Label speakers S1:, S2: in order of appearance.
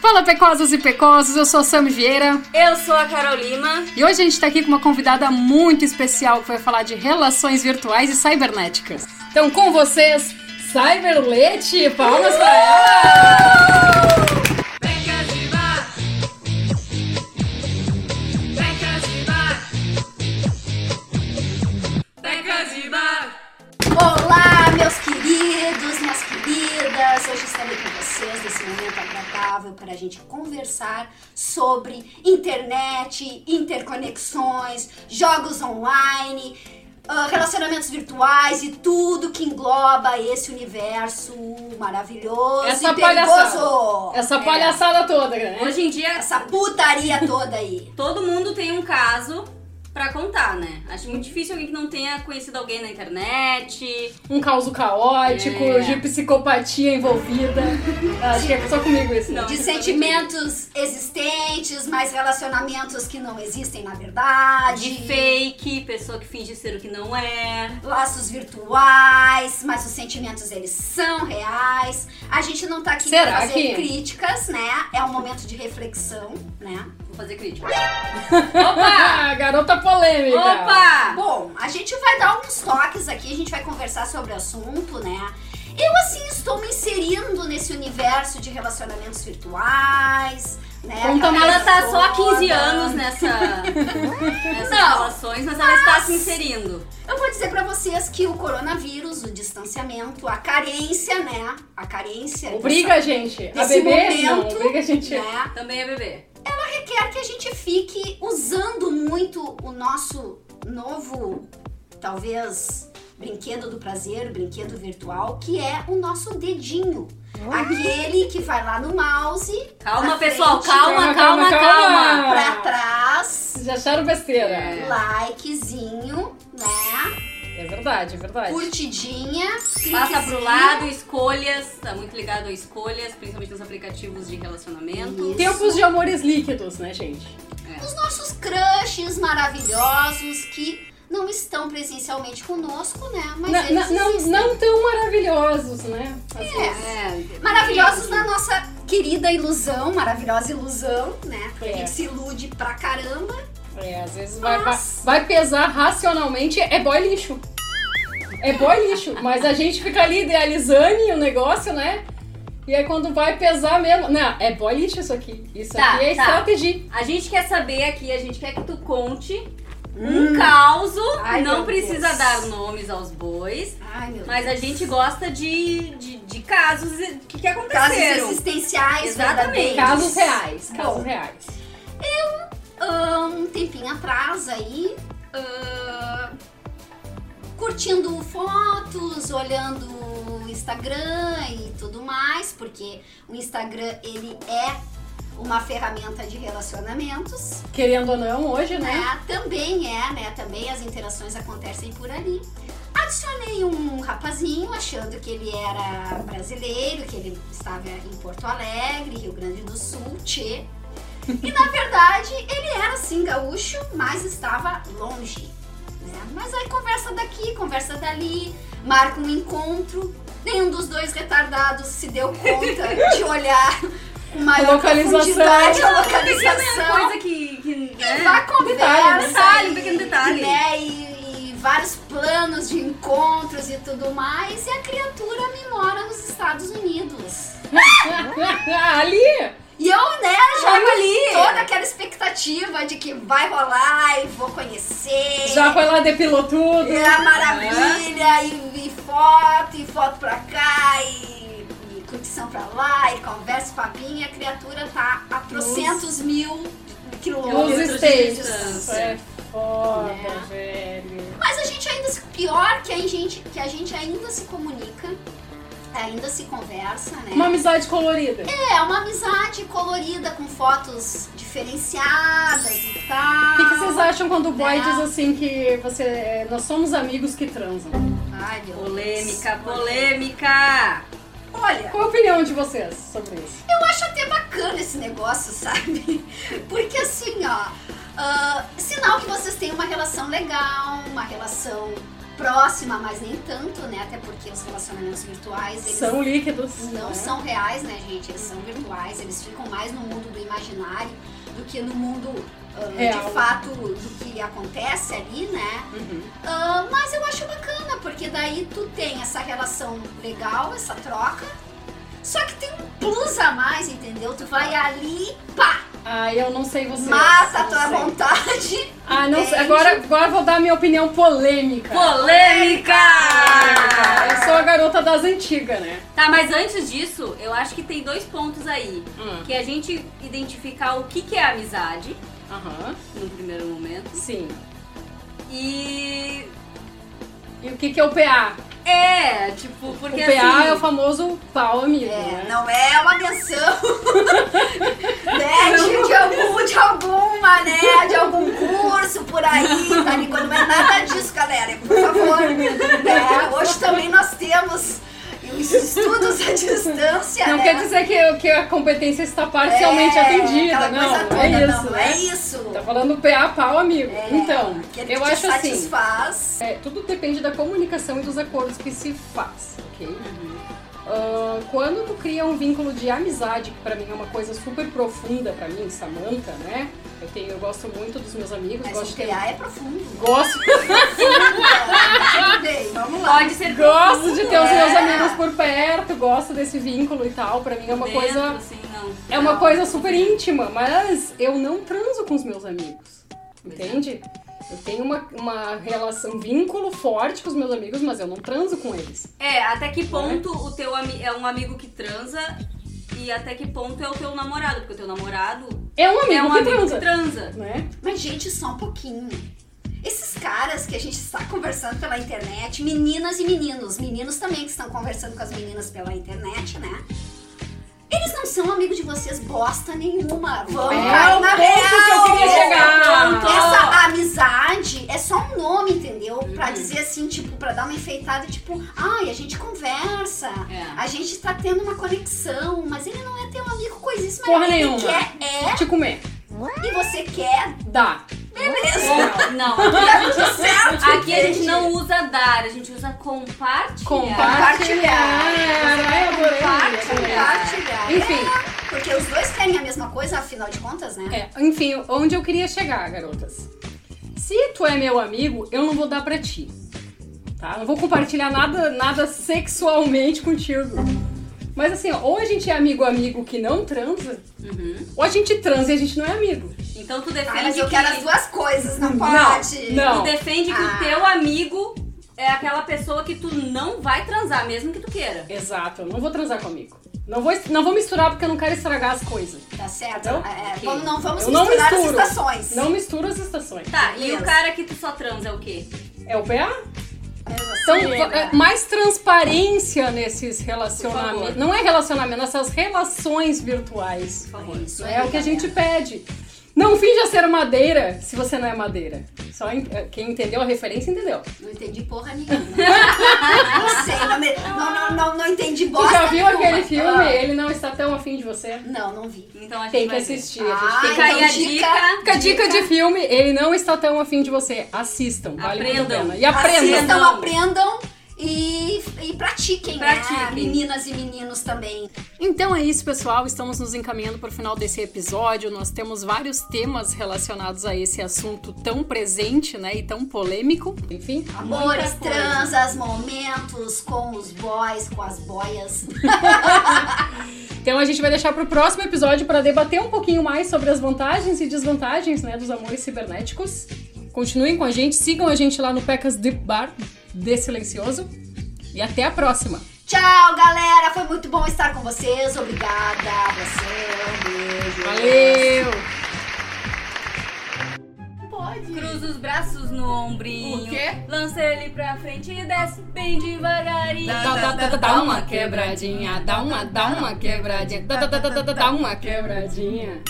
S1: Fala pecosas e pecosos, eu sou a Sam Vieira
S2: Eu sou a Carol Lima.
S1: e hoje a gente tá aqui com uma convidada muito especial que vai falar de relações virtuais e cibernéticas. Então com vocês, Cyberlete, palmas pra ela!
S2: Olá, meus queridos, minhas queridas. Hoje estarei com vocês nesse momento agradável para a gente conversar sobre internet, interconexões, jogos online, ah, relacionamentos virtuais e tudo que engloba esse universo maravilhoso
S1: Essa
S2: e
S1: palhaçada.
S2: perigoso.
S1: Essa palhaçada toda, né?
S3: Hoje em dia,
S2: Essa putaria toda aí.
S3: todo mundo tem um caso pra contar, né? Acho muito difícil alguém que não tenha conhecido alguém na internet.
S1: Um caos caótico,
S3: É.
S1: de psicopatia envolvida. Acho que é só comigo isso. né?
S3: Não.
S2: De sentimentos existentes, mas relacionamentos que não existem na verdade.
S3: De fake, pessoa que finge ser o que não é.
S2: laços virtuais, mas os sentimentos eles são reais. A gente não tá aqui
S1: Será
S2: pra fazer
S1: que-
S2: críticas, né? É um momento de reflexão, né?
S3: Vou fazer crítica.
S1: Opa! Ah, Garota polêmica!
S3: Opa!
S2: Bom, a gente vai dar alguns toques aqui, a gente vai conversar sobre o assunto, né? Eu assim estou me inserindo nesse universo de relacionamentos virtuais, né?
S1: Conta
S2: Aquela
S3: Ela
S2: coisa
S3: tá só há 15
S2: toda.
S3: anos nessa, nessas
S2: Não.
S3: relações, mas ela está se inserindo.
S2: Eu vou dizer pra vocês que o coronavírus, o distanciamento, a carência, né? A carência
S1: Obriga a gente a
S2: Nesse
S1: beber, não.
S2: momento,
S1: Obriga a gente
S2: né?
S3: Também é bebê.
S2: requer que a gente fique usando muito o nosso novo, talvez, brinquedo do prazer, brinquedo virtual, que é o nosso dedinho. Aquele que vai lá no mouse,
S3: Calma,
S2: Na
S3: pessoal,
S2: frente.
S3: calma, calma,
S1: Calma,
S3: calma.
S1: calma.
S2: pra trás,
S1: Vocês já acharam besteira?
S3: É.
S2: likezinho, né?
S1: É verdade, é verdade.
S2: Curtidinha,
S3: Passa
S2: cliquezinho.
S3: pro lado, escolhas, tá muito ligado a escolhas, principalmente nos aplicativos de relacionamento.
S2: Isso.
S1: Tempos de amores líquidos, né, gente?
S2: Os nossos crushes maravilhosos que não estão presencialmente conosco, né? Mas
S1: Na- na-
S2: eles
S1: não,
S2: existem.
S1: não tão maravilhosos, né? Às vezes.
S3: É.
S2: Maravilhosos na nossa querida ilusão, maravilhosa ilusão, né?
S1: É.
S2: A gente se ilude pra caramba.
S1: É, às vezes vai, vai, vai pesar racionalmente, é boy lixo. É boy lixo, mas a gente fica ali idealizando o negócio, né? E aí quando vai pesar mesmo. Não, é boy lixo isso aqui. Isso
S3: Tá,
S1: aqui é
S3: tá.
S1: estratégia.
S3: A gente quer saber aqui, a gente quer que tu conte um caos.
S2: Hum. Ai,
S3: Não
S2: meu
S3: precisa
S2: Deus.
S3: dar nomes aos bois,
S2: Ai, meu
S3: mas a gente gosta de, de, de casos e- que, que
S2: Casos
S3: aconteceram.
S2: existenciais,
S3: é Exatamente.
S2: verdadeiros.
S1: Casos reais. Casos
S3: Tá.
S2: Bom.
S1: reais.
S2: Ah, um tempinho atrás aí, ah, curtindo fotos, olhando o Instagram e tudo mais, porque o Instagram, ele é uma ferramenta de relacionamentos.
S1: Querendo ou não, hoje, né?
S2: né? Também é, né? Também as interações acontecem por ali. Adicionei um rapazinho achando que ele era brasileiro, que ele estava em Porto Alegre, Rio Grande do Sul, Tchê. E na verdade ele era sim gaúcho, mas estava longe. né? Mas aí conversa daqui, conversa dali, marca um encontro. Nenhum dos dois retardados se deu conta de olhar com maior
S1: Localização.
S2: profundidade a
S3: Uma
S2: localização.
S3: coisa que. que
S1: É.
S3: né?
S2: Vá conversa.
S1: Detalhe,
S3: detalhe,
S2: e-
S3: pequeno detalhe.
S2: Né, e, e vários planos de encontros e tudo mais. E a criatura me mora nos Estados Unidos.
S1: ali!
S2: E eu, né, já
S3: Olha ali.
S2: toda aquela expectativa de que vai rolar e vou conhecer.
S1: Já foi lá, depilou tudo.
S2: E a maravilha, e, e foto, e foto pra cá, e, e curtição pra lá, e conversa, papinha, a criatura tá a trocentos mil
S1: Os
S2: quilômetros de
S1: stages.
S2: distância.
S1: É foda,
S3: É.
S2: Né?
S1: velho.
S2: Mas a gente ainda se, pior que a gente que a gente ainda se comunica, ainda se conversa, né?
S1: Uma amizade colorida.
S2: É uma amizade colorida com fotos diferenciadas e
S1: O que, que
S2: tal.
S1: vocês acham quando o boy
S2: Não.
S1: diz assim que você, é, nós somos amigos que transam?
S2: Ai, meu Deus.
S3: Polêmica, polêmica!
S2: Olha,
S1: Qual a opinião de vocês sobre isso?
S2: eu acho até bacana esse negócio, sabe? Porque assim, ó, Ah, sinal que vocês têm uma relação legal, uma relação próxima, mas nem tanto, né? Até porque os relacionamentos virtuais, eles
S1: São líquidos.
S2: não
S1: né?
S2: são reais, né, gente? Eles são virtuais, eles ficam mais no mundo do imaginário do que no mundo ah,
S1: Real.
S2: de fato do que acontece ali, né?
S1: Uhum.
S2: Ah, mas eu acho bacana, porque daí tu tem essa relação legal, essa troca. Só que tem um plus a mais, entendeu? Tu vai ali, pá,
S1: Ah, eu não sei vocês.
S2: mata a
S1: não
S2: tua
S1: sei.
S2: vontade.
S1: Ah, não sei.
S2: Entende?
S1: Agora, agora eu vou dar minha opinião polêmica. Ah!
S3: Polêmica!
S1: Eu sou a garota das antigas, né?
S3: Tá, mas antes disso, eu acho que tem dois pontos aí.
S2: Hum,
S3: Que é a gente identificar o que, que é amizade,
S1: Aham.
S3: no primeiro momento.
S1: Sim.
S3: E.
S1: E o que, que é o PA?
S3: É, tipo, porque
S1: o PA
S3: assim.
S1: é o famoso pau amigo,
S2: É,
S1: né?
S2: não é uma menção né, de, de algum, de alguma, né, de algum curso por aí, tá ligado? Não é nada disso, galera, por favor. né? Hoje também nós temos os estudos à distância,
S1: Não
S2: né?
S1: quer dizer que, que a competência está parcialmente
S2: É,
S1: atendida,
S2: aquela
S1: não.
S2: coisa toda,
S1: é isso,
S2: não,
S1: né?
S2: é isso.
S1: Tá falando PA pau amigo. então,
S2: É, Aquele
S1: eu
S2: que te
S1: acho assim,
S2: satisfaz.
S1: é, tudo depende da comunicação e dos acordos que se faz, ok? Ah, quando tu cria um vínculo de amizade, que pra mim é uma coisa super profunda pra mim, Samantha, né? Eu tenho, eu gosto muito dos meus amigos,
S2: Mas
S1: gosto
S2: o
S1: de ter-
S2: PA é profundo.
S1: gosto
S2: Bem, Vamos lá.
S3: Pode ser
S1: Gosto de ter os meus
S2: É.
S1: amigos por perto, gosto desse vínculo e tal. Pra mim é uma
S2: Né?
S3: dentro,
S1: coisa.
S3: assim, não.
S1: É uma coisa super íntima, mas eu não transo com os meus amigos.
S3: é.
S1: Entende? Eu tenho uma, uma relação, um vínculo forte com os meus amigos, mas eu não transo com eles.
S3: É, até que ponto
S1: Né?
S3: o teu ami- é um amigo que transa e até que ponto é o teu namorado, porque o teu namorado
S1: É um amigo
S3: é um
S1: que
S3: amigo
S1: transa.
S3: que transa.
S1: Né?
S2: Mas, gente, só um pouquinho. Esses caras que a gente está conversando pela internet, meninas e meninos, meninos também que estão conversando com as meninas pela internet, né? Eles não são amigos de vocês bosta nenhuma. Vamos
S1: É
S2: cair
S1: o
S2: na
S1: ponto que eu queria
S2: real.
S1: chegar.
S3: Ponto.
S2: Essa amizade é só um nome, entendeu? Pra dizer assim, tipo, pra dar uma enfeitada, tipo, ai, a gente conversa,
S3: É.
S2: a gente tá tendo uma conexão, mas ele não é teu amigo coisíssima.
S1: Porra
S2: ele
S1: nenhuma.
S2: quer é,
S1: Te comer.
S2: e você quer,
S1: Dá.
S2: beleza.
S1: Não.
S3: Não,
S2: Tá tudo certo.
S3: aqui a gente
S2: entende?
S3: não usa dar, a gente usa compartilhar.
S1: Compartilhar. Ai, adorei.
S2: Compartilhar.
S1: Enfim.
S2: É, porque os dois querem a mesma coisa, afinal de contas, né?
S1: É, enfim, onde eu queria chegar, garotas. Se tu é meu amigo, eu não vou dar pra ti. Tá? Não vou compartilhar nada, nada sexualmente contigo. Mas assim, ó, ou a gente é amigo-amigo que não transa,
S3: Uhum.
S1: ou a gente transa e a gente não é amigo.
S3: Então tu
S2: Ah,
S3: defende
S2: mas eu
S3: que,
S2: quero as duas coisas, não pode.
S1: Não,
S3: tu defende que
S2: Ah.
S3: o teu amigo é aquela pessoa que tu não vai transar, mesmo que tu queira.
S1: Exato, eu não vou transar com amigo. Não vou, não vou misturar porque eu não quero estragar as coisas.
S2: Tá certo?
S1: Então,
S2: É,
S3: ok.
S2: vamos, não vamos
S1: Eu não
S2: misturar as
S1: misturo.
S2: estações.
S1: Não misturo as estações.
S3: Tá, e
S2: Beleza.
S3: o cara que tu só transa é o quê?
S1: É o PA? Então,
S2: Então,
S1: va- é, mais transparência nesses
S3: Por
S1: relacionamentos.
S3: favor.
S1: Não é relacionamento, essas relações virtuais.
S3: Por favor.
S2: Isso aí,
S1: É o que a gente
S2: galera.
S1: pede. Não finja ser madeira se você não é madeira. Só en- é, quem entendeu a referência entendeu.
S2: Não entendi porra nenhuma. não sei, não, me- não, não, não, não entendi bosta
S1: Você já viu
S2: nenhuma.
S1: aquele filme?
S2: Ah.
S1: Ele não está tão afim de você.
S2: Não, não vi.
S3: Então a gente
S1: Tem que
S3: vai ver.
S1: assistir. a gente
S2: Ah,
S1: tem que-
S3: Fica aí a
S2: então dica-
S3: dica.
S1: Fica a dica de filme, ele não está tão afim de você. Assistam, vale muito a
S3: Aprendam.
S1: pena. E aprendam.
S2: Assistam,
S3: Não.
S2: aprendam e, e pratiquem, né?
S3: Pratiquem.
S2: Meninas e meninos também.
S1: Então é isso, pessoal. Estamos nos encaminhando para o final desse episódio. Nós temos vários temas relacionados a esse assunto tão presente, né, e tão polêmico. Enfim,
S2: Amores,
S1: muita coisa.
S2: transas, momentos com os boys, com as boias.
S1: Então a gente vai deixar pro próximo episódio para debater um pouquinho mais sobre as vantagens e desvantagens, né, dos amores cibernéticos. Continuem com a gente, sigam a gente lá no Pecas Deep Bar de Silencioso e até a próxima.
S2: Tchau, galera. Foi muito bom estar com vocês. Obrigada a você. Um beijo.
S1: Valeu!
S3: Cruza os braços no ombrinho.
S1: O quê?
S3: Lança ele pra frente e desce bem devagarinho.
S1: Dá, dá, dá, dá, dá uma quebradinha, dá uma, dá uma quebradinha, dá, dá, dá, dá, dá, dá uma quebradinha.